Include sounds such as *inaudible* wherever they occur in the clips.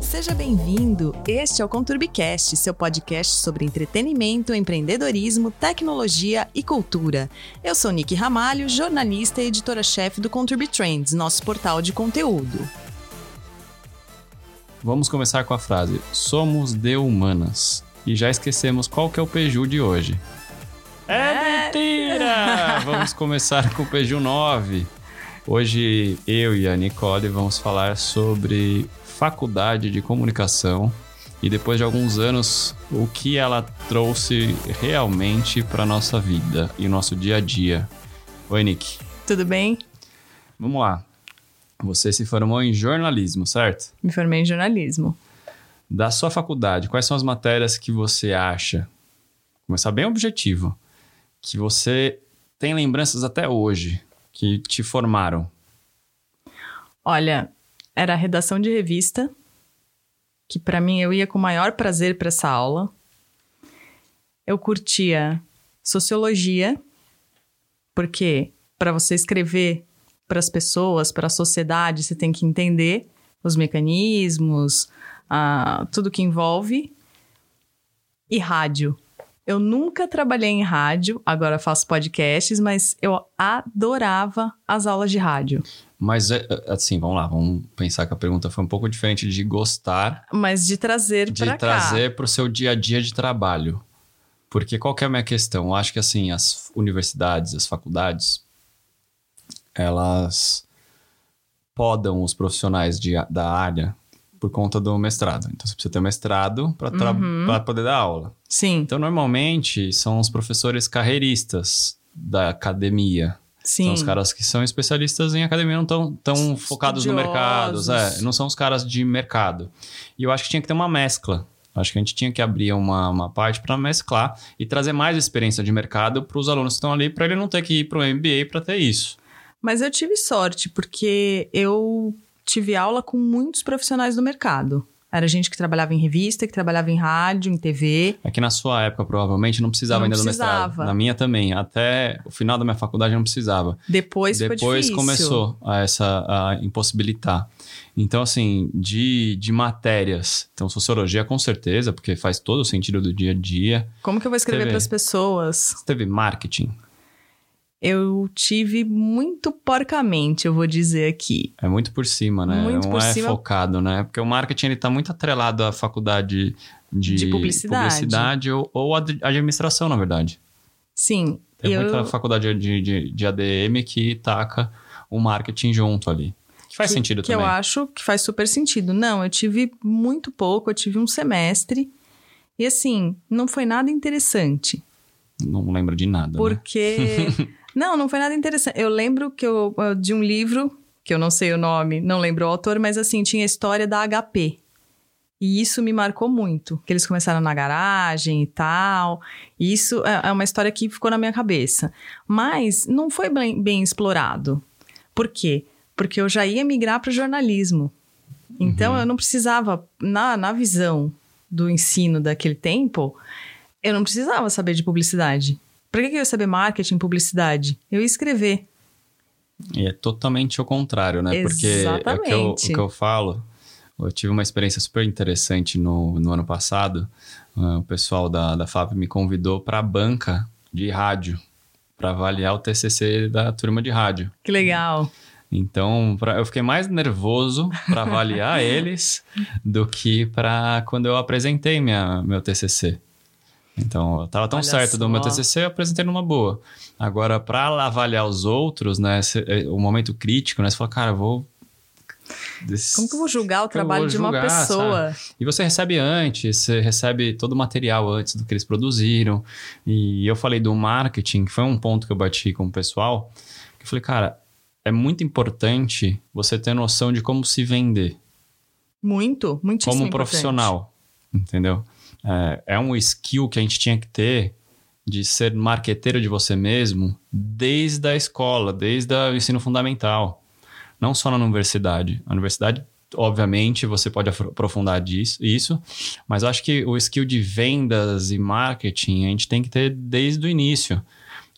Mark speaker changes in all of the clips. Speaker 1: seja bem-vindo. Este é o Conturbcast, seu podcast sobre entretenimento, empreendedorismo, tecnologia e cultura. Eu sou Nick Ramalho, jornalista e editora-chefe do Conturb Trends, nosso portal de conteúdo.
Speaker 2: Vamos começar com a frase: Somos de humanas. E já esquecemos qual que é o Peju de hoje. É mentira! Vamos começar com o Peju 9. Hoje eu e a Nicole vamos falar sobre faculdade de comunicação e depois de alguns anos o que ela trouxe realmente para nossa vida e o nosso dia a dia. Oi, Nick.
Speaker 1: Tudo bem?
Speaker 2: Vamos lá. Você se formou em jornalismo, certo?
Speaker 1: Me formei em jornalismo.
Speaker 2: Da sua faculdade, quais são as matérias que você acha? Começar bem objetivo. Que você tem lembranças até hoje que te formaram?
Speaker 1: Olha, era a redação de revista, que para mim eu ia com o maior prazer para essa aula. Eu curtia sociologia, porque para você escrever para as pessoas, para a sociedade, você tem que entender os mecanismos, ah, tudo que envolve. E rádio. Eu nunca trabalhei em rádio, agora faço podcasts, mas eu adorava as aulas de rádio.
Speaker 2: Mas, é, assim, vamos lá, vamos pensar que a pergunta foi um pouco diferente de gostar,
Speaker 1: Mas de trazer
Speaker 2: de
Speaker 1: para cá.
Speaker 2: trazer para o seu dia a dia de trabalho. Porque qual que é a minha questão? Eu acho que, assim, as universidades, as faculdades, elas podam os profissionais de, da área por conta do mestrado. Então, você precisa ter mestrado para
Speaker 1: Uhum.
Speaker 2: poder dar aula.
Speaker 1: Sim,
Speaker 2: Então, normalmente, são os professores carreiristas da academia.
Speaker 1: sim.
Speaker 2: São Então os caras que são especialistas em academia, não estão tão focados no mercado.
Speaker 1: Estudiosos.
Speaker 2: é, não são os caras de mercado. E eu acho que tinha que ter uma mescla. Acho que a gente tinha que abrir uma, uma parte para mesclar e trazer mais experiência de mercado para os alunos que estão ali, para ele não ter que ir para o MBA para ter isso.
Speaker 1: Mas eu tive sorte, porque eu tive aula com muitos profissionais do mercado. Era gente que trabalhava em revista, que trabalhava em rádio, em TV.
Speaker 2: É que na sua época, provavelmente, não precisava
Speaker 1: Não
Speaker 2: ainda do
Speaker 1: precisava.
Speaker 2: mestrado. Na minha também. Até o final da minha faculdade, eu não precisava.
Speaker 1: Depois, ficou
Speaker 2: Depois
Speaker 1: difícil.
Speaker 2: começou a essa a impossibilitar. Então, assim, de, de matérias. Então, sociologia, com certeza, porque faz todo o sentido do dia a dia.
Speaker 1: Como que eu vou escrever
Speaker 2: TV.
Speaker 1: para as pessoas?
Speaker 2: Você teve marketing.
Speaker 1: Eu tive muito porcamente, eu vou dizer aqui.
Speaker 2: É muito por cima, né?
Speaker 1: Muito
Speaker 2: Não
Speaker 1: por
Speaker 2: é
Speaker 1: cima.
Speaker 2: focado, né? Porque o marketing ele tá muito atrelado à faculdade de,
Speaker 1: De publicidade.
Speaker 2: publicidade ou, ou ad- administração, na verdade.
Speaker 1: Sim,
Speaker 2: Tem
Speaker 1: eu...
Speaker 2: muita faculdade de, de, de ADM que taca o marketing junto ali. Que faz sentido
Speaker 1: que
Speaker 2: também.
Speaker 1: eu acho que faz super sentido. Não, eu tive muito pouco, eu tive um semestre. E assim, não foi nada interessante.
Speaker 2: Não lembro de nada. né? *laughs*
Speaker 1: Porque. não, não foi nada interessante. Eu lembro que eu, eh, de um livro, que eu não sei o nome, não lembro o autor, mas assim, tinha a história da HP. E isso me marcou muito. Que eles começaram na garagem e tal. E isso é é uma história que ficou na minha cabeça. Mas não foi bem, bem explorado. Por quê? Porque eu já ia migrar para o jornalismo. Então
Speaker 2: Uhum.
Speaker 1: eu não precisava, na, na visão do ensino daquele tempo, eu não precisava saber de publicidade. Pra que que eu ia saber marketing, publicidade? Eu ia escrever.
Speaker 2: E é totalmente o contrário, né? Porque é o que, eu, o
Speaker 1: Exatamente.
Speaker 2: que eu falo. Eu tive uma experiência super interessante no, no ano passado. Ah, o pessoal da, da FAP me convidou para a banca de rádio, para avaliar o TCC da turma de rádio.
Speaker 1: Que legal.
Speaker 2: Então, pra- eu fiquei mais nervoso
Speaker 1: *laughs*
Speaker 2: para avaliar eles do que para quando eu apresentei minha, meu TCC. Então, eu tava tão
Speaker 1: Olha
Speaker 2: certo do meu
Speaker 1: só.
Speaker 2: TCC, eu apresentei numa boa. Agora, para avaliar os outros, né, cê- é, o momento crítico, né, você fala, cara, eu vou... Des-
Speaker 1: Como que eu vou julgar o
Speaker 2: que eu
Speaker 1: trabalho
Speaker 2: vou
Speaker 1: de uma
Speaker 2: julgar,
Speaker 1: pessoa?
Speaker 2: E você recebe antes, você recebe todo o material antes do que eles produziram. E eu falei do marketing, que foi um ponto que eu bati com o pessoal, que eu falei, cara, é muito importante você ter noção de como se vender
Speaker 1: Muito, muitíssimo
Speaker 2: como
Speaker 1: importante.
Speaker 2: profissional, entendeu? É, é um skill que a gente tinha que ter de ser marqueteiro de você mesmo desde a escola, desde a- o ensino fundamental, não só na universidade. A universidade, obviamente, você pode afro- aprofundar disso, isso, mas eu acho que o skill de vendas e marketing a gente tem que ter desde o início.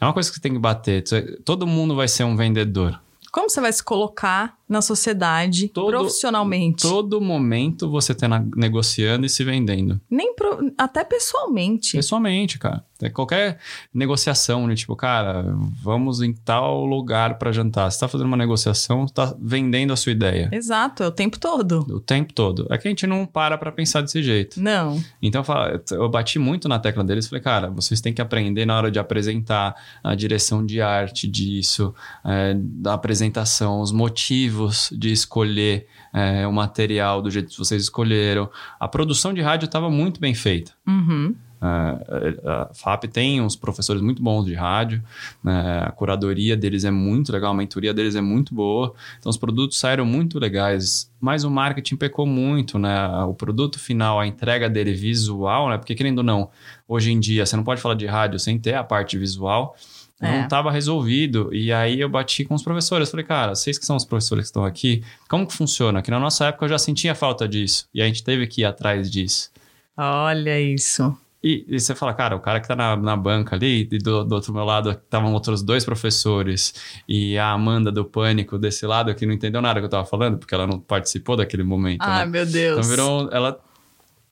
Speaker 2: É uma coisa que você tem que bater. Todo mundo vai ser um vendedor.
Speaker 1: Como você vai se colocar na sociedade
Speaker 2: Todo-
Speaker 1: profissionalmente?
Speaker 2: Todo momento você tá na- negociando e se vendendo.
Speaker 1: Nem pro- até pessoalmente.
Speaker 2: Pessoalmente, cara. É qualquer negociação, né? Tipo, cara, vamos em tal lugar pra jantar. Você tá fazendo uma negociação, tá vendendo a sua ideia.
Speaker 1: Exato, é o tempo todo.
Speaker 2: O tempo todo. É que a gente não para pra pensar desse jeito.
Speaker 1: Não.
Speaker 2: Então eu, falo- eu bati muito na tecla deles. Falei, cara, vocês têm que aprender na hora de apresentar a direção de arte disso, é, da apresentação, os motivos de escolher é, o material do jeito que vocês escolheram. A produção de rádio estava muito bem feita.
Speaker 1: Uhum.
Speaker 2: É, a FAP tem uns professores muito bons de rádio, né? a curadoria deles é muito legal, a mentoria deles é muito boa, então os produtos saíram muito legais, mas o marketing pecou muito, né? O produto final, a entrega dele visual, né? Porque querendo ou não, hoje em dia você não pode falar de rádio sem ter a parte visual.
Speaker 1: É.
Speaker 2: Não estava resolvido. E aí eu bati com os professores. Falei, cara, vocês que são os professores que estão aqui, como que funciona? Que na nossa época eu já sentia falta disso. E a gente teve que ir atrás disso.
Speaker 1: Olha isso.
Speaker 2: E, e você fala, cara, o cara que tá na, na banca ali, e do, do outro meu lado estavam outros dois professores, e a Amanda do Pânico desse lado que não entendeu nada que eu tava falando, porque ela não participou daquele momento.
Speaker 1: ah,
Speaker 2: né?
Speaker 1: meu
Speaker 2: Então
Speaker 1: Deus.
Speaker 2: virou. um Ela.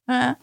Speaker 1: É.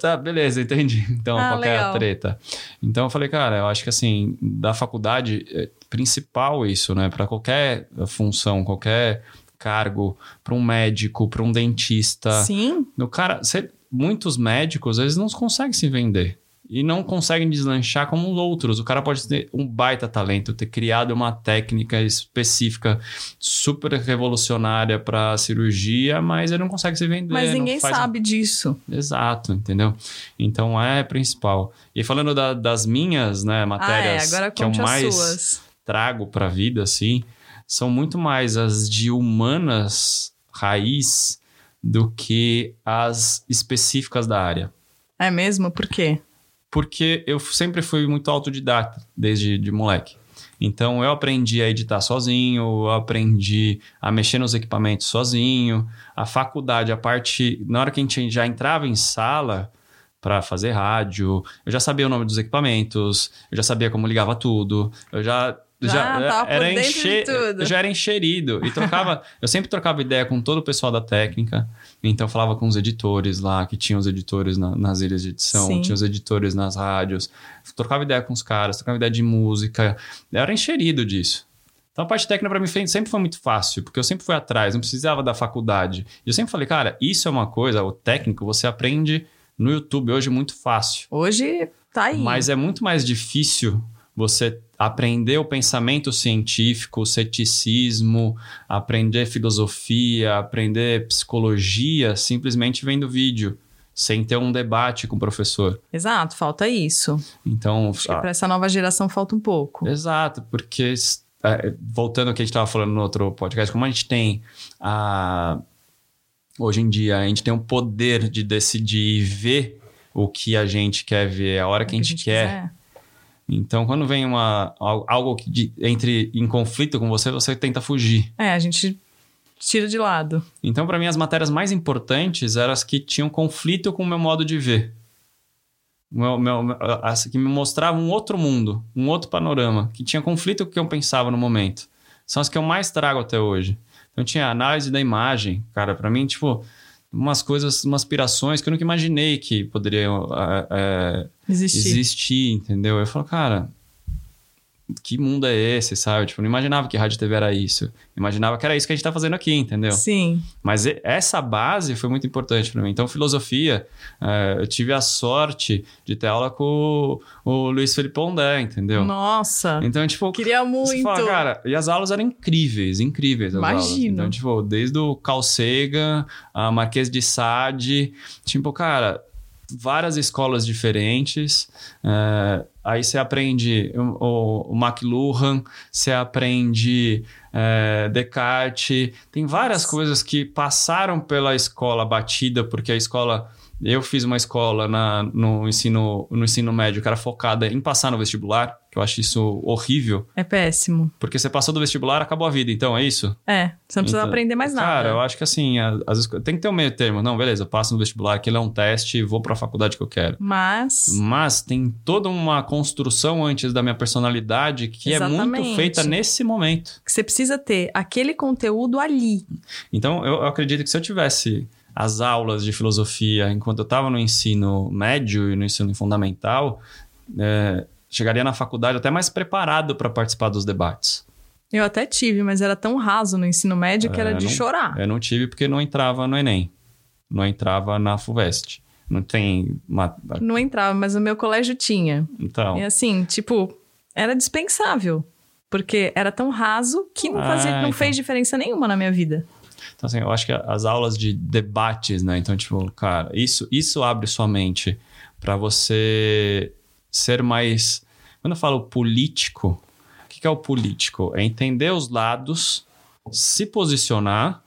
Speaker 2: Tá, beleza, entendi. *laughs* Então,
Speaker 1: Ah,
Speaker 2: qual que é a
Speaker 1: legal.
Speaker 2: treta? Então eu falei, cara, eu acho que assim, da faculdade, é principal isso, né? Pra qualquer função, qualquer cargo, pra um médico, pra um dentista.
Speaker 1: Sim,
Speaker 2: No cara, cê- muitos médicos, eles não conseguem se vender. E não conseguem deslanchar como os outros. O cara pode ter um baita talento, ter criado uma técnica específica super revolucionária para cirurgia, mas ele não consegue se vender.
Speaker 1: mas
Speaker 2: não
Speaker 1: ninguém
Speaker 2: faz-
Speaker 1: sabe disso.
Speaker 2: Exato, entendeu? Então é principal. E falando da- das minhas né,
Speaker 1: Ah, é,
Speaker 2: matérias
Speaker 1: agora
Speaker 2: que eu
Speaker 1: conte as
Speaker 2: mais
Speaker 1: suas.
Speaker 2: trago para a vida, assim, são muito mais as de humanas raiz do que as específicas da área.
Speaker 1: É mesmo? Por quê?
Speaker 2: Porque eu sempre fui muito autodidata desde de moleque. Então eu aprendi a editar sozinho, eu aprendi a mexer nos equipamentos sozinho. A faculdade, a parte. Na hora que a gente já entrava em sala para fazer rádio, eu já sabia o nome dos equipamentos, eu já sabia como ligava tudo, eu já. Já,
Speaker 1: Ah, tava por
Speaker 2: era
Speaker 1: dentro de
Speaker 2: enche-
Speaker 1: tudo.
Speaker 2: eu já era encherido e trocava. eu sempre trocava ideia com todo o pessoal da técnica. Então eu falava com os editores lá, que tinham os editores na- nas ilhas de edição,
Speaker 1: Sim.
Speaker 2: tinha os editores nas rádios. Trocava ideia com os caras, trocava ideia de música. Eu era encherido disso. Então a parte técnica pra mim foi- sempre foi muito fácil, porque eu sempre fui atrás, não precisava da faculdade. E eu sempre falei, cara, isso é uma coisa, o técnico você aprende no YouTube hoje muito fácil.
Speaker 1: Hoje tá aí.
Speaker 2: Mas é muito mais difícil você aprender o pensamento científico, o ceticismo, aprender filosofia, aprender psicologia, simplesmente vendo vídeo, sem ter um debate com o professor.
Speaker 1: Exato, falta isso.
Speaker 2: Então,
Speaker 1: Acho que
Speaker 2: ah, É
Speaker 1: pra essa nova geração falta um pouco.
Speaker 2: Exato, porque s- é, voltando ao que a gente estava falando no outro podcast, como a gente tem a hoje em dia a gente tem o poder de decidir e ver o que a gente quer ver, a hora que a gente, quer. Então, quando vem uma al- algo que de- entre em conflito com você, você tenta fugir.
Speaker 1: quiser. É, a gente tira de lado.
Speaker 2: Então, para mim, as matérias mais importantes eram as que tinham conflito com o meu modo de ver. O Meu, meu, as que me mostravam um outro mundo, um outro panorama, que tinha conflito com o que eu pensava no momento. São as que eu mais trago até hoje. Então, tinha análise da imagem, cara, para mim, tipo, umas coisas, umas aspirações que eu nunca imaginei que poderiam ah, ah,
Speaker 1: Existir.
Speaker 2: existir, entendeu? Eu falo, cara, que mundo é esse, sabe? Tipo, não imaginava que rádio e TV era isso. Imaginava que era isso que a gente tá fazendo aqui, entendeu?
Speaker 1: Sim.
Speaker 2: Mas e- essa base foi muito importante para mim. Então, filosofia, eh, eu tive a sorte de ter aula com o, o Luiz Felipe Pondé, entendeu?
Speaker 1: Nossa,
Speaker 2: Então, tipo,
Speaker 1: queria
Speaker 2: você
Speaker 1: muito.
Speaker 2: fala, cara, e as aulas eram incríveis, incríveis as aulas.
Speaker 1: Imagino.
Speaker 2: Então, tipo, desde o Carl Sagan, a Marquês de Sade, tipo, cara, várias escolas diferentes. eh, aí você aprende o- o, o McLuhan, você aprende eh, Descartes. Tem várias coisas que passaram pela escola batida, porque a escola Eu fiz uma escola na, no, ensino, no ensino médio que era focada em passar no vestibular, que eu acho isso horrível,
Speaker 1: É péssimo.
Speaker 2: porque você passou do vestibular, acabou a vida, então é isso?
Speaker 1: É, você não precisa
Speaker 2: Então,
Speaker 1: aprender mais nada.
Speaker 2: Cara, eu acho que assim, a- as esco- tem que ter um meio termo. Não, beleza, eu passo no vestibular, aquilo é um teste, vou pra faculdade que eu quero.
Speaker 1: Mas,
Speaker 2: Mas tem toda uma construção antes da minha personalidade que é muito
Speaker 1: Exatamente.
Speaker 2: feita nesse momento.
Speaker 1: você precisa ter aquele conteúdo ali.
Speaker 2: Então, eu, eu acredito que se eu tivesse as aulas de filosofia enquanto eu estava no ensino médio e no ensino fundamental, é, chegaria na faculdade até mais preparado para participar dos debates.
Speaker 1: Eu até tive, mas era tão raso no ensino médio que
Speaker 2: É,
Speaker 1: era de
Speaker 2: não-
Speaker 1: chorar.
Speaker 2: Eu não tive porque não entrava no Enem, não entrava na FUVEST. Não tem. ma-
Speaker 1: Não entrava, mas o meu colégio tinha.
Speaker 2: Então.
Speaker 1: E assim, tipo, era dispensável. Porque era tão raso que não,
Speaker 2: Ah,
Speaker 1: fazia, não
Speaker 2: então.
Speaker 1: fez diferença nenhuma na minha vida.
Speaker 2: Então, assim, eu acho que as aulas de debates, né? Então, tipo, cara, isso, isso abre sua mente para você ser mais. Quando eu falo político, o que, que é o político? É entender os lados, se posicionar,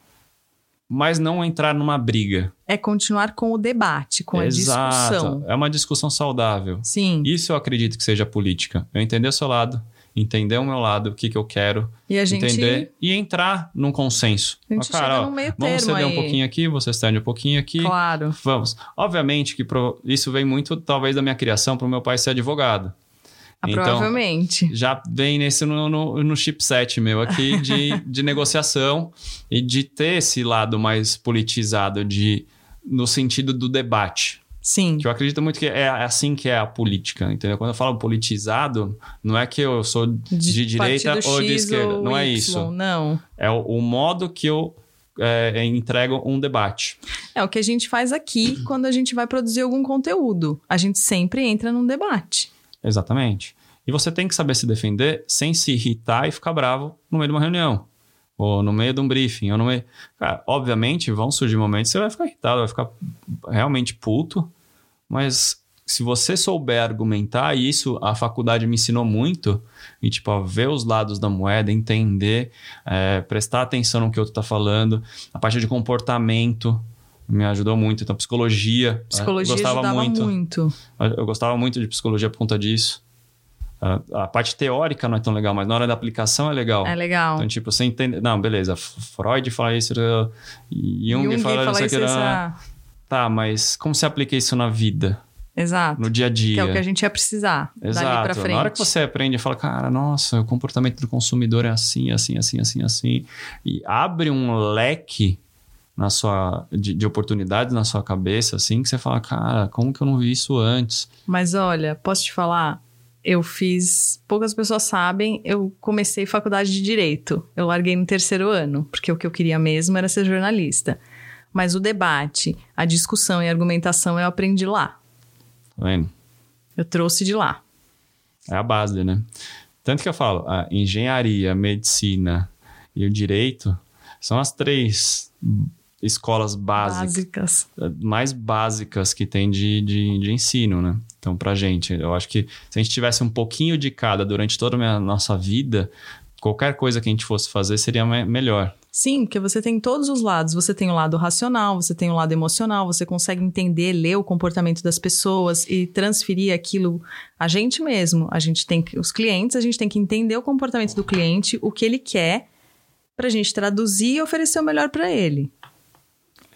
Speaker 2: mas não entrar numa briga.
Speaker 1: É continuar com o debate, com a
Speaker 2: Exato.
Speaker 1: discussão.
Speaker 2: É uma discussão saudável.
Speaker 1: Sim.
Speaker 2: Isso eu acredito que seja política. Eu entender o seu lado, entender o meu lado, o que, que eu quero,
Speaker 1: E a gente,
Speaker 2: entender e entrar num consenso.
Speaker 1: a gente
Speaker 2: Ah, cara,
Speaker 1: chega
Speaker 2: ó,
Speaker 1: num meio
Speaker 2: Vamos
Speaker 1: termo
Speaker 2: ceder
Speaker 1: aí.
Speaker 2: um pouquinho aqui, você cede um pouquinho aqui.
Speaker 1: Claro.
Speaker 2: Vamos. Obviamente que pro- isso vem muito, talvez, da minha criação, para o meu pai ser advogado.
Speaker 1: Ah,
Speaker 2: Então-
Speaker 1: provavelmente.
Speaker 2: Já vem nesse no, no, no chipset meu aqui de,
Speaker 1: *laughs*
Speaker 2: de negociação e de ter esse lado mais politizado de no sentido do debate.
Speaker 1: Sim.
Speaker 2: Que eu acredito muito que é assim que é a política, entendeu? Quando eu falo politizado, não é que eu sou de direita
Speaker 1: partido
Speaker 2: ou de
Speaker 1: X
Speaker 2: esquerda,
Speaker 1: ou
Speaker 2: não é
Speaker 1: Y,
Speaker 2: isso.
Speaker 1: Não.
Speaker 2: É o, o modo que eu é, entrego um debate.
Speaker 1: É o que a gente faz
Speaker 2: *clears throat*
Speaker 1: aqui quando a gente vai produzir algum conteúdo. A gente sempre entra num
Speaker 2: É,
Speaker 1: debate.
Speaker 2: Exatamente. E você tem que saber se defender sem se irritar e ficar bravo no meio de uma reunião. Ou no meio de um briefing, ou no meio. Cara, obviamente vão surgir momentos que você vai ficar irritado, vai ficar realmente puto. Mas se você souber argumentar, e isso a faculdade me ensinou muito, e tipo, a ver os lados da moeda, entender, é, prestar atenção no que o outro tá falando, a parte de comportamento me ajudou muito. Então, psicologia. né?
Speaker 1: Psicologia
Speaker 2: Gostava
Speaker 1: ajudava muito.
Speaker 2: eu eu gostava muito de psicologia por conta disso. A, a parte teórica não é tão legal, mas na hora da aplicação é legal.
Speaker 1: É legal.
Speaker 2: Então, tipo, você entende. Não, beleza. F- Freud fala isso, uh, Jung, fala, isso aqui.
Speaker 1: isso,
Speaker 2: uh,
Speaker 1: ah,
Speaker 2: Tá, mas como você aplica isso na vida,
Speaker 1: Exato.
Speaker 2: no dia a dia?
Speaker 1: Que é o que a gente ia precisar dali pra
Speaker 2: Exato.
Speaker 1: frente.
Speaker 2: Na hora que você aprende, fala, cara, nossa, o comportamento do consumidor é assim, assim, assim, assim, assim. E abre um leque na sua, de, de oportunidades na sua cabeça, assim, que você fala, cara, como que eu não vi isso antes?
Speaker 1: Mas olha, posso te falar? Eu fiz. Poucas pessoas sabem, eu comecei faculdade de direito. Eu larguei no terceiro ano, porque o que eu queria mesmo era ser jornalista. Mas o debate, a discussão e a argumentação eu aprendi lá.
Speaker 2: Tá vendo?
Speaker 1: Eu trouxe de lá.
Speaker 2: É a base, né? Tanto que eu falo, a engenharia, a medicina e o direito são as três escolas básicas,
Speaker 1: Básicas.
Speaker 2: mais básicas que tem de, de, de ensino, né? Então, pra gente, eu acho que se a gente tivesse um pouquinho de cada durante toda a minha- nossa vida, qualquer coisa que a gente fosse fazer seria me- melhor.
Speaker 1: Sim, porque você tem todos os lados. Você tem o lado racional, você tem o lado emocional, você consegue entender, ler o comportamento das pessoas e transferir aquilo a gente mesmo. A gente tem que, os clientes, a gente tem que entender o comportamento do cliente, o que ele quer, pra gente traduzir e oferecer o melhor pra ele.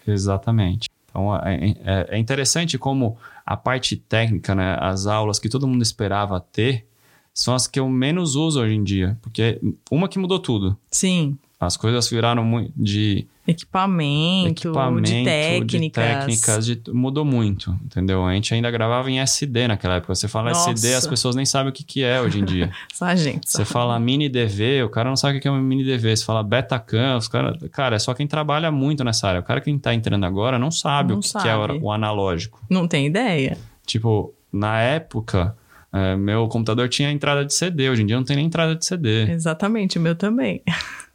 Speaker 2: Exatamente. Então, é, é- é interessante como a parte técnica, né, as aulas que todo mundo esperava ter, são as que eu menos uso hoje em dia. Porque uma que mudou tudo.
Speaker 1: Sim,
Speaker 2: As coisas viraram muito de
Speaker 1: equipamento,
Speaker 2: equipamento,
Speaker 1: de técnicas.
Speaker 2: técnicas, de- mudou muito, entendeu? A gente ainda gravava em SD naquela época. Você fala
Speaker 1: Nossa.
Speaker 2: SD, as pessoas nem sabem o que, que é hoje em dia.
Speaker 1: Só gente. só-
Speaker 2: Você fala mini DV, o cara não sabe o que é um mini DV. Você fala Betacam, os cara, cara, é só quem trabalha muito nessa área. O cara que tá entrando agora não sabe
Speaker 1: Não
Speaker 2: o que, que é
Speaker 1: sabe.
Speaker 2: o, o analógico.
Speaker 1: Não tem ideia.
Speaker 2: Tipo, na época, eh, meu computador tinha entrada de CD, hoje em dia não tem nem entrada de CD.
Speaker 1: Exatamente, o meu também.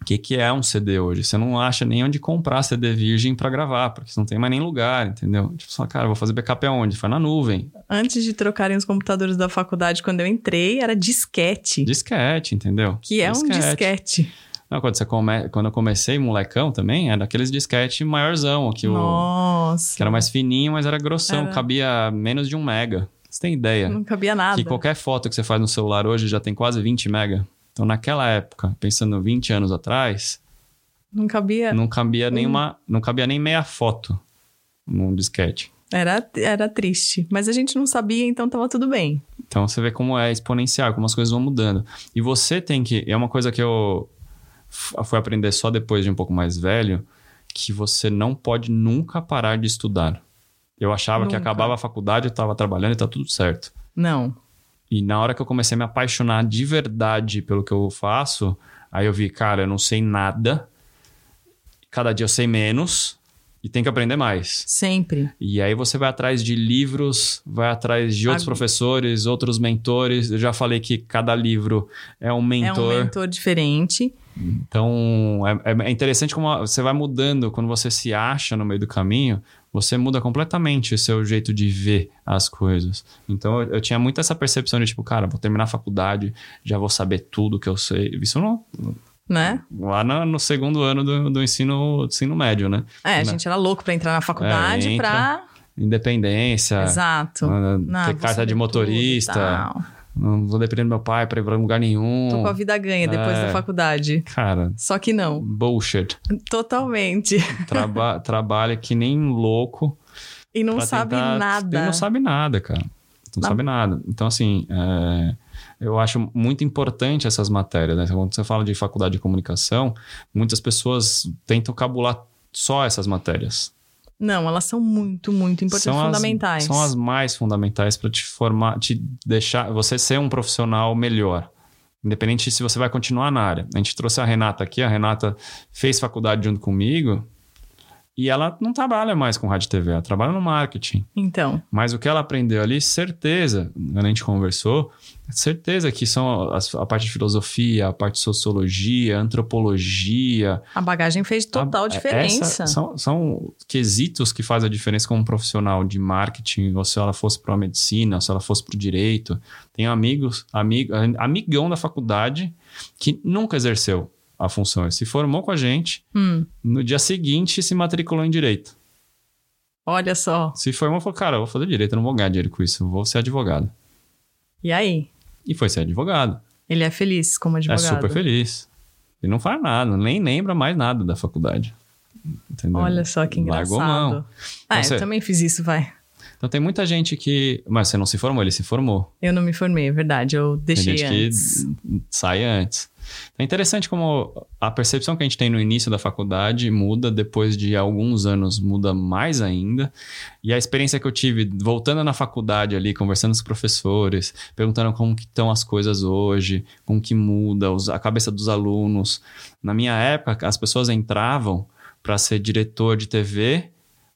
Speaker 2: O que, que é um CD hoje? Você não acha nem onde comprar CD virgem pra gravar, porque você não tem mais nem lugar, entendeu? Tipo, você fala, cara, eu vou fazer backup aonde? Foi na nuvem,
Speaker 1: Antes de trocarem os computadores da faculdade, quando eu entrei, era disquete.
Speaker 2: disquete, entendeu?
Speaker 1: Que é um é disquete.
Speaker 2: Não, quando, você come... quando eu comecei molecão também, era aqueles disquete maiorzão, que, o...
Speaker 1: Nossa.
Speaker 2: que era mais fininho, mas era grossão,
Speaker 1: Era.
Speaker 2: cabia menos de um mega. Você tem ideia?
Speaker 1: Não cabia nada.
Speaker 2: Que qualquer foto que você faz no celular hoje já tem quase 20 mega. Então, naquela época, pensando 20 anos atrás,
Speaker 1: Não cabia.
Speaker 2: não
Speaker 1: Uhum.
Speaker 2: cabia nenhuma, não cabia nem meia foto num disquete.
Speaker 1: Era, era triste. Mas a gente não sabia, então tava tudo bem.
Speaker 2: Então você vê como é exponencial, como as coisas vão mudando. E você tem que. É uma coisa que eu f- fui aprender só depois de um pouco mais velho, que você não pode nunca parar de estudar. Eu achava que
Speaker 1: Nunca.
Speaker 2: acabava a faculdade, eu estava trabalhando e tá tudo certo.
Speaker 1: Não.
Speaker 2: E na hora que eu comecei a me apaixonar de verdade pelo que eu faço, aí eu vi, cara, eu não sei nada. Cada dia eu sei menos e tem que aprender mais.
Speaker 1: Sempre.
Speaker 2: E aí você vai atrás de livros, vai atrás de outros
Speaker 1: Ag-
Speaker 2: professores, outros mentores. Eu já falei que cada livro é um mentor.
Speaker 1: É um mentor diferente.
Speaker 2: Então é, é- é interessante como você vai mudando quando você se acha no meio do caminho. Você muda completamente o seu jeito de ver as coisas. Então eu, eu tinha muito essa percepção de tipo, cara, vou terminar a faculdade, já vou saber tudo que eu sei. Isso não,
Speaker 1: Né?
Speaker 2: lá na- no segundo ano do, do ensino, do ensino médio, né?
Speaker 1: É, a
Speaker 2: Né?
Speaker 1: gente era louco pra entrar na faculdade
Speaker 2: É, entra.
Speaker 1: pra.
Speaker 2: Independência.
Speaker 1: Exato.
Speaker 2: ah,
Speaker 1: Não,
Speaker 2: ter
Speaker 1: vou
Speaker 2: carta
Speaker 1: saber
Speaker 2: de
Speaker 1: tudo e
Speaker 2: motorista.
Speaker 1: tal.
Speaker 2: Não vou depender do meu pai pra ir pra lugar nenhum.
Speaker 1: Tô com a vida ganha depois
Speaker 2: É.
Speaker 1: da faculdade.
Speaker 2: Cara,
Speaker 1: Só que não.
Speaker 2: bullshit.
Speaker 1: Totalmente.
Speaker 2: Traba- *laughs* trabalha que nem louco.
Speaker 1: E não
Speaker 2: pra
Speaker 1: sabe
Speaker 2: tentar-
Speaker 1: nada. Tá
Speaker 2: E não sabe nada, cara. Não
Speaker 1: Na-
Speaker 2: sabe nada. Então, assim, é, eu acho muito importante essas matérias. Né? Quando você fala de faculdade de comunicação, muitas pessoas tentam cabular só essas matérias.
Speaker 1: Não, elas são muito, muito importantes,
Speaker 2: São as-
Speaker 1: fundamentais.
Speaker 2: são as mais fundamentais para te formar, te deixar, você ser um profissional melhor. Independente se você vai continuar na área. A gente trouxe a Renata aqui, a Renata fez faculdade junto comigo e ela não trabalha mais com rádio e TV, ela trabalha no marketing.
Speaker 1: Então,
Speaker 2: Mas o que ela aprendeu ali, certeza, quando a gente conversou, certeza que são as- a parte de filosofia, a parte de sociologia, antropologia,
Speaker 1: a bagagem fez total
Speaker 2: a- é,
Speaker 1: diferença.
Speaker 2: essa- são, são quesitos que fazem a diferença como profissional de marketing, ou se ela fosse para a medicina, ou se ela fosse para o direito. Tenho amigos, amigo, amigão da faculdade que nunca exerceu a função. Ele se formou com a gente,
Speaker 1: Hum,
Speaker 2: no dia seguinte se matriculou em direito.
Speaker 1: olha só.
Speaker 2: Se formou e falou, cara, eu vou fazer direito, eu não vou ganhar dinheiro com isso, eu vou ser advogado.
Speaker 1: E aí?
Speaker 2: E foi ser advogado.
Speaker 1: Ele é feliz como advogado.
Speaker 2: É super feliz. Ele não faz nada, nem lembra mais nada da faculdade. Entendeu?
Speaker 1: Olha só que
Speaker 2: Largou
Speaker 1: engraçado.
Speaker 2: mão.
Speaker 1: Ah,
Speaker 2: Você-
Speaker 1: eu também fiz isso, vai.
Speaker 2: Então tem muita gente que. Mas você não se formou, ele se formou.
Speaker 1: Eu não me formei, é verdade. Eu
Speaker 2: Tem
Speaker 1: deixei
Speaker 2: gente
Speaker 1: antes.
Speaker 2: que sai antes. É interessante como a percepção que a gente tem no início da faculdade muda, depois de alguns anos muda mais ainda. E a experiência que eu tive voltando na faculdade ali, conversando com os professores, perguntando como que estão as coisas hoje, como que muda os- a cabeça dos alunos. Na minha época, as pessoas entravam para ser diretor de TV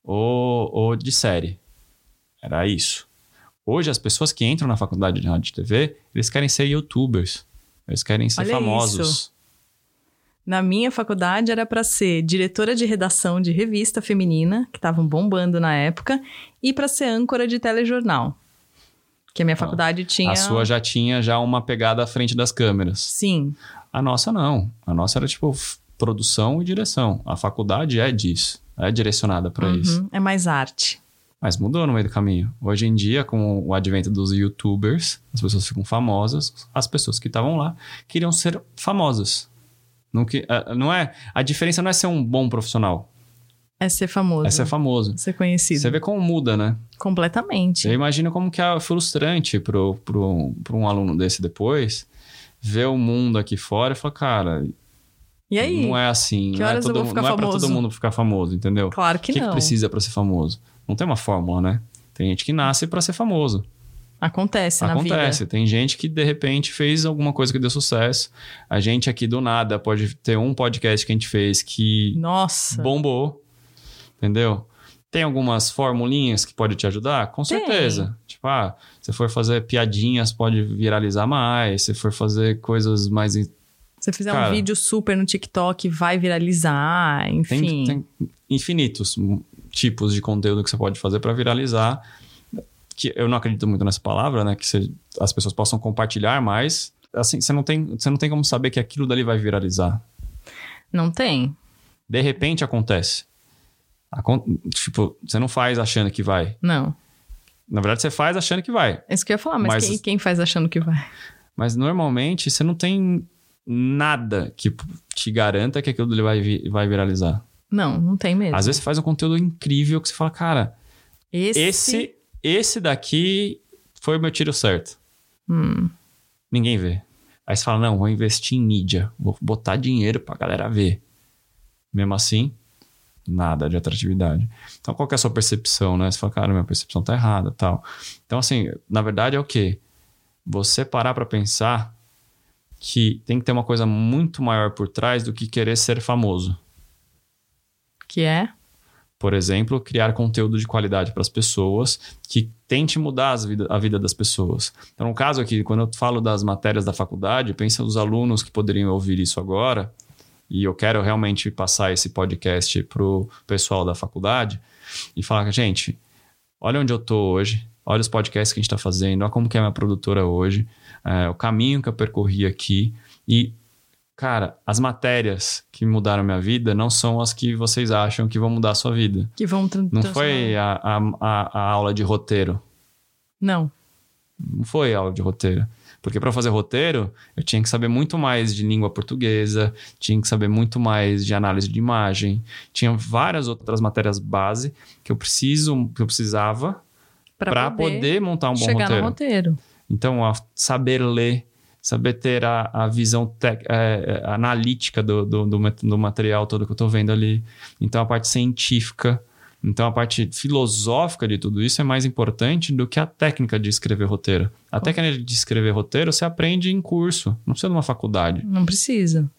Speaker 2: ou, ou de série. Era isso. Hoje, as pessoas que entram na faculdade de rádio e TV, eles querem ser youtubers. Eles querem ser
Speaker 1: Olha
Speaker 2: famosos.
Speaker 1: Na minha faculdade era pra ser diretora de redação de revista feminina, que estavam bombando na época, e pra ser âncora de telejornal. Que a minha faculdade tinha.
Speaker 2: Ah, A sua já tinha já uma pegada à frente das câmeras.
Speaker 1: Sim.
Speaker 2: A nossa não. A nossa era tipo f- produção e direção. A faculdade é disso. É direcionada para
Speaker 1: Uhum,
Speaker 2: isso.
Speaker 1: É mais arte.
Speaker 2: Mas mudou no meio do caminho. Hoje em dia, com o advento dos youtubers, as pessoas ficam famosas. As pessoas que estavam lá queriam ser famosas. Não, que, eh, não é A diferença não é ser um bom profissional,
Speaker 1: É ser famoso.
Speaker 2: é ser famoso.
Speaker 1: Ser conhecido.
Speaker 2: Você vê como muda, né?
Speaker 1: Completamente.
Speaker 2: Eu imagino como que é frustrante pro, pro, pro um aluno desse depois ver o mundo aqui fora e falar, cara,
Speaker 1: E aí?
Speaker 2: não é assim,
Speaker 1: Que
Speaker 2: não, é
Speaker 1: horas eu
Speaker 2: todo,
Speaker 1: vou
Speaker 2: mu-
Speaker 1: ficar
Speaker 2: não é pra todo
Speaker 1: famoso?
Speaker 2: mundo ficar famoso, entendeu?
Speaker 1: Claro que
Speaker 2: o que, que
Speaker 1: não.
Speaker 2: precisa pra ser famoso? Não tem uma fórmula, né? Tem gente que nasce pra ser famoso.
Speaker 1: Acontece, é na vida.
Speaker 2: Acontece. Tem gente que de repente fez alguma coisa que deu sucesso. A gente aqui do nada pode ter um podcast que a gente fez que
Speaker 1: Nossa.
Speaker 2: bombou. Entendeu? Tem algumas formulinhas que pode te ajudar? Com
Speaker 1: Tem.
Speaker 2: certeza. Tipo, ah, se for fazer piadinhas, pode viralizar mais. Se for fazer coisas mais. in-
Speaker 1: Se você fizer
Speaker 2: Cara.
Speaker 1: um vídeo super no TikTok, vai viralizar,
Speaker 2: Tem,
Speaker 1: enfim.
Speaker 2: tem infinitos tipos de conteúdo que você pode fazer para viralizar. Que eu não acredito muito nessa palavra, né? Que você- as pessoas possam compartilhar mais. Assim, você não, tem, você não tem como saber que aquilo dali vai viralizar.
Speaker 1: Não tem.
Speaker 2: De repente acontece. Acon- Tipo, você não faz achando que vai.
Speaker 1: Não. É
Speaker 2: Na verdade, você faz achando que vai.
Speaker 1: Isso que eu ia falar, mas,
Speaker 2: Mas-
Speaker 1: Quem, quem faz achando que vai?
Speaker 2: Mas normalmente você não tem nada que te garanta que aquilo dele vai, vi- vai viralizar.
Speaker 1: Não, não tem mesmo.
Speaker 2: Às vezes você faz um conteúdo incrível que você fala, cara,
Speaker 1: Esse.
Speaker 2: esse, esse daqui foi o meu tiro certo.
Speaker 1: Hum.
Speaker 2: Ninguém vê. Aí você fala, não, vou investir em mídia, vou botar dinheiro pra galera ver. Mesmo assim, nada de atratividade. Então, qual que é a sua percepção, né? Você fala, cara, minha percepção tá errada tal. Então, assim, na verdade é o quê? Você parar pra pensar que tem que ter uma coisa muito maior por trás do que querer ser famoso.
Speaker 1: Que é?
Speaker 2: Por exemplo, criar conteúdo de qualidade para as pessoas que tente mudar as vida- a vida das pessoas. Então, no caso aqui, quando eu falo das matérias da faculdade, pensa nos alunos que poderiam ouvir isso agora, e eu quero realmente passar esse podcast para o pessoal da faculdade e falar, gente, olha onde eu estou hoje, olha os podcasts que a gente está fazendo, olha como que é a minha produtora hoje, é, o caminho que eu percorri aqui e Cara, as matérias que mudaram minha vida não são as que vocês acham que vão mudar a sua vida.
Speaker 1: Que vão. tran-
Speaker 2: Não
Speaker 1: transformar-
Speaker 2: foi a, a, a- a aula de roteiro.
Speaker 1: Não.
Speaker 2: Não foi a aula de roteiro. Porque para fazer roteiro, eu tinha que saber muito mais de língua portuguesa, tinha que saber muito mais de análise de imagem, tinha várias outras matérias base que eu preciso, que eu precisava
Speaker 1: Pra,
Speaker 2: para
Speaker 1: poder,
Speaker 2: poder, montar um bom
Speaker 1: chegar
Speaker 2: roteiro.
Speaker 1: no roteiro.
Speaker 2: Então, a- saber ler, saber ter a, a visão tec- é, é, analítica do, do, do mat- do material todo que eu estou vendo ali. Então, a parte científica. Então, a parte filosófica de tudo isso é mais importante do que a técnica de escrever roteiro. A técnica de escrever roteiro você aprende em curso, não precisa de uma faculdade.
Speaker 1: Não precisa.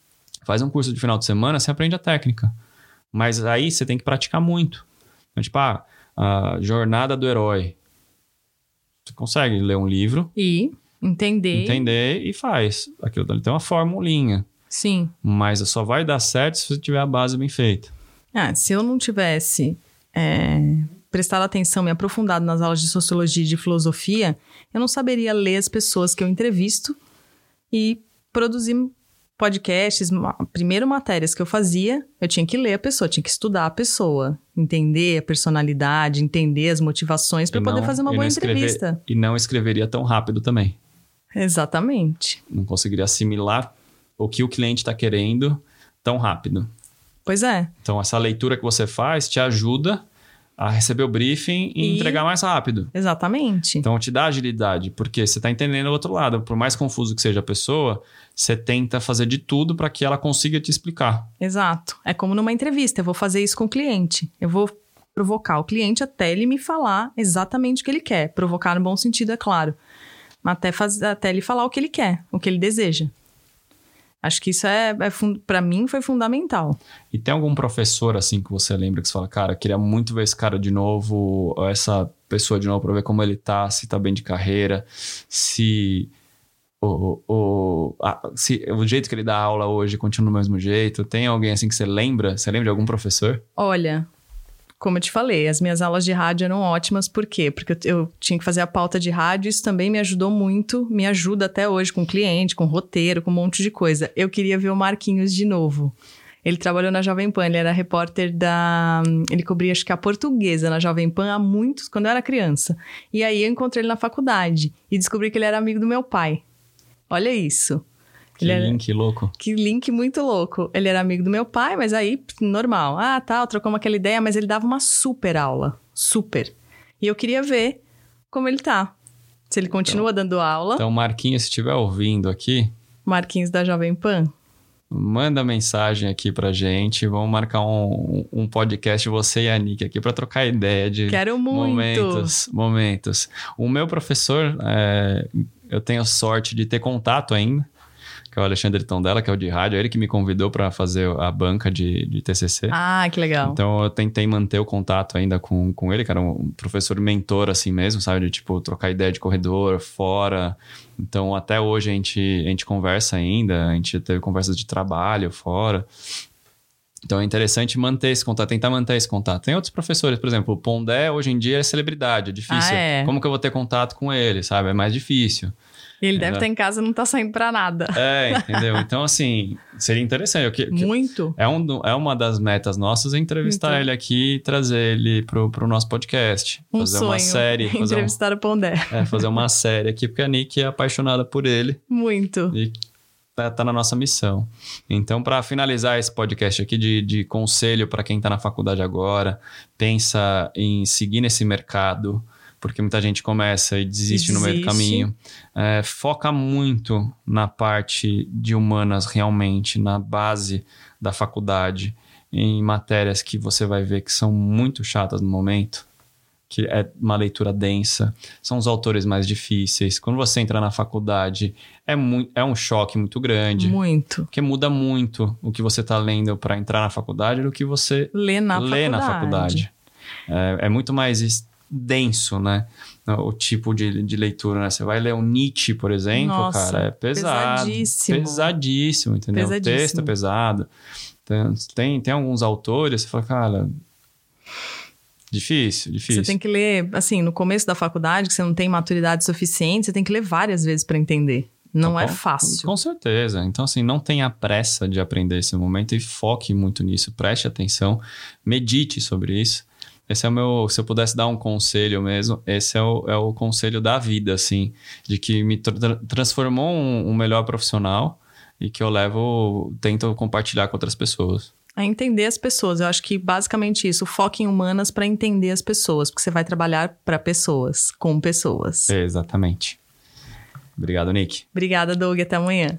Speaker 2: Faz um curso de final de semana, você aprende a técnica. Mas aí você tem que praticar muito. Então, tipo, ah, a jornada do herói. Você consegue ler um livro,
Speaker 1: E entender.
Speaker 2: entender e faz. Aquilo dali tem uma formulinha,
Speaker 1: Sim.
Speaker 2: mas só vai dar certo se você tiver a base bem feita.
Speaker 1: Ah, se eu não tivesse é, prestado atenção, me aprofundado nas aulas de sociologia e de filosofia, eu não saberia ler as pessoas que eu entrevisto e produzir podcasts, ma- primeiro matérias que eu fazia, eu tinha que ler a pessoa, tinha que estudar a pessoa, entender a personalidade, entender as motivações para
Speaker 2: E
Speaker 1: poder
Speaker 2: não-
Speaker 1: fazer uma
Speaker 2: e
Speaker 1: boa
Speaker 2: não escrever-
Speaker 1: entrevista.
Speaker 2: E não escreveria tão rápido também.
Speaker 1: Exatamente.
Speaker 2: Não conseguiria assimilar o que o cliente está querendo tão rápido.
Speaker 1: Pois é.
Speaker 2: Então, essa leitura que você faz te ajuda a receber o briefing e,
Speaker 1: E-
Speaker 2: entregar mais rápido.
Speaker 1: Exatamente.
Speaker 2: Então, te dá agilidade, porque você está entendendo o outro lado. Por mais confuso que seja a pessoa, você tenta fazer de tudo para que ela consiga te explicar.
Speaker 1: Exato. É como numa entrevista, eu vou fazer isso com o cliente. Eu vou provocar o cliente até ele me falar exatamente o que ele quer. Provocar no bom sentido, é claro. Mas Até, faz- até ele falar o que ele quer, o que ele deseja. Acho que isso é, é para mim foi fundamental.
Speaker 2: E tem algum professor assim que você lembra que você fala, cara, queria muito ver esse cara de novo, ou essa pessoa de novo, pra ver como ele tá, se tá bem de carreira, se o, o, a- se o jeito que ele dá aula hoje continua do mesmo jeito. Tem alguém assim que você lembra? Você lembra de algum professor?
Speaker 1: Olha, como eu te falei, as minhas aulas de rádio eram ótimas, por quê? Porque eu, eu tinha que fazer a pauta de rádio, isso também me ajudou muito, me ajuda até hoje com cliente, com roteiro, com um monte de coisa. Eu queria ver o Marquinhos de novo. Ele trabalhou na Jovem Pan, ele era repórter da. Ele cobria, acho que a portuguesa na Jovem Pan há muitos, quando eu era criança. E aí eu encontrei ele na faculdade e descobri que ele era amigo do meu pai. Olha isso.
Speaker 2: Que
Speaker 1: Ele é era-
Speaker 2: link louco.
Speaker 1: que link muito louco. Ele era amigo do meu pai, mas aí, pff, normal. Ah, tá, trocamos aquela ideia, mas ele dava uma super aula. Super. E eu queria ver como ele tá. Se ele continua dando aula,
Speaker 2: Então, Marquinhos, se estiver ouvindo aqui,
Speaker 1: Marquinhos da Jovem Pan.
Speaker 2: manda mensagem aqui pra gente. Vamos marcar um, um podcast, você e a Nick, aqui pra trocar ideia de,
Speaker 1: Quero muito.
Speaker 2: Momentos, momentos. O meu professor, é, eu tenho sorte de ter contato ainda, que é o Alexandre Tondela, que é o de rádio, ele que me convidou para fazer a banca de, de TCC.
Speaker 1: Ah, que legal.
Speaker 2: Então eu tentei manter o contato ainda com, com ele, cara, um professor mentor assim mesmo, sabe? De tipo, trocar ideia de corredor, fora. Então até hoje a gente, a gente conversa ainda, a gente teve conversas de trabalho fora. Então é interessante manter esse contato, tentar manter esse contato. Tem outros professores, por exemplo, o Pondé hoje em dia é celebridade, é difícil.
Speaker 1: Ah, é.
Speaker 2: Como que eu vou ter contato com ele, sabe? É mais difícil.
Speaker 1: Ele deve
Speaker 2: Exato.
Speaker 1: estar em casa e não tá saindo pra nada.
Speaker 2: É,
Speaker 1: *laughs*
Speaker 2: entendeu? Então, assim, seria interessante. Eu que- que-
Speaker 1: Muito?
Speaker 2: é, um, do- é uma das metas nossas é entrevistar
Speaker 1: Então.
Speaker 2: ele aqui e trazer ele pro, pro nosso podcast.
Speaker 1: Um
Speaker 2: fazer
Speaker 1: sonho.
Speaker 2: uma
Speaker 1: *laughs*
Speaker 2: série. Fazer, um-
Speaker 1: Entrevistar o Pondé.
Speaker 2: é, fazer uma série aqui, porque a Nick é apaixonada por ele
Speaker 1: Muito.
Speaker 2: e tá, tá na nossa missão. Então, para finalizar esse podcast aqui de, de conselho para quem tá na faculdade agora, pensa em seguir nesse mercado. Porque muita gente começa e desiste, no meio do
Speaker 1: Desiste.
Speaker 2: caminho. É, foca muito na parte de humanas, realmente, na base da faculdade, em matérias que você vai ver que são muito chatas no momento, que é uma leitura densa, são os autores mais difíceis. Quando você entra na faculdade, é, mui- é um choque muito grande.
Speaker 1: Muito.
Speaker 2: Porque muda muito o que você está lendo para entrar na faculdade do que você
Speaker 1: Lê na
Speaker 2: lê
Speaker 1: faculdade.
Speaker 2: na faculdade. É, é muito mais es- denso, né? O tipo de, de leitura, né? Você vai ler o Nietzsche, por exemplo,
Speaker 1: Nossa,
Speaker 2: cara, é pesado.
Speaker 1: Pesadíssimo.
Speaker 2: Pesadíssimo, entendeu?
Speaker 1: Pesadíssimo.
Speaker 2: O texto é pesado. Então, Tem, tem alguns autores, você fala, cara, difícil,
Speaker 1: Você
Speaker 2: difícil.
Speaker 1: tem que ler, assim, no começo da faculdade, que você não tem maturidade suficiente, você tem que ler várias vezes pra entender. Não
Speaker 2: Tá
Speaker 1: é
Speaker 2: bom?
Speaker 1: fácil.
Speaker 2: Com certeza. Então, assim, não tenha pressa de aprender esse momento e foque muito nisso. Preste atenção, medite sobre isso. Esse é o meu. Se eu pudesse dar um conselho mesmo, esse é o, é o conselho da vida, assim, de que me tra- transformou um, um melhor profissional e que eu levo, tento compartilhar com outras pessoas.
Speaker 1: É entender as pessoas. Eu acho que basicamente isso. Foque em humanas pra entender as pessoas, porque você vai trabalhar pra pessoas, com pessoas.
Speaker 2: Exatamente. Obrigado, Nick.
Speaker 1: Obrigada, Doug. Até amanhã.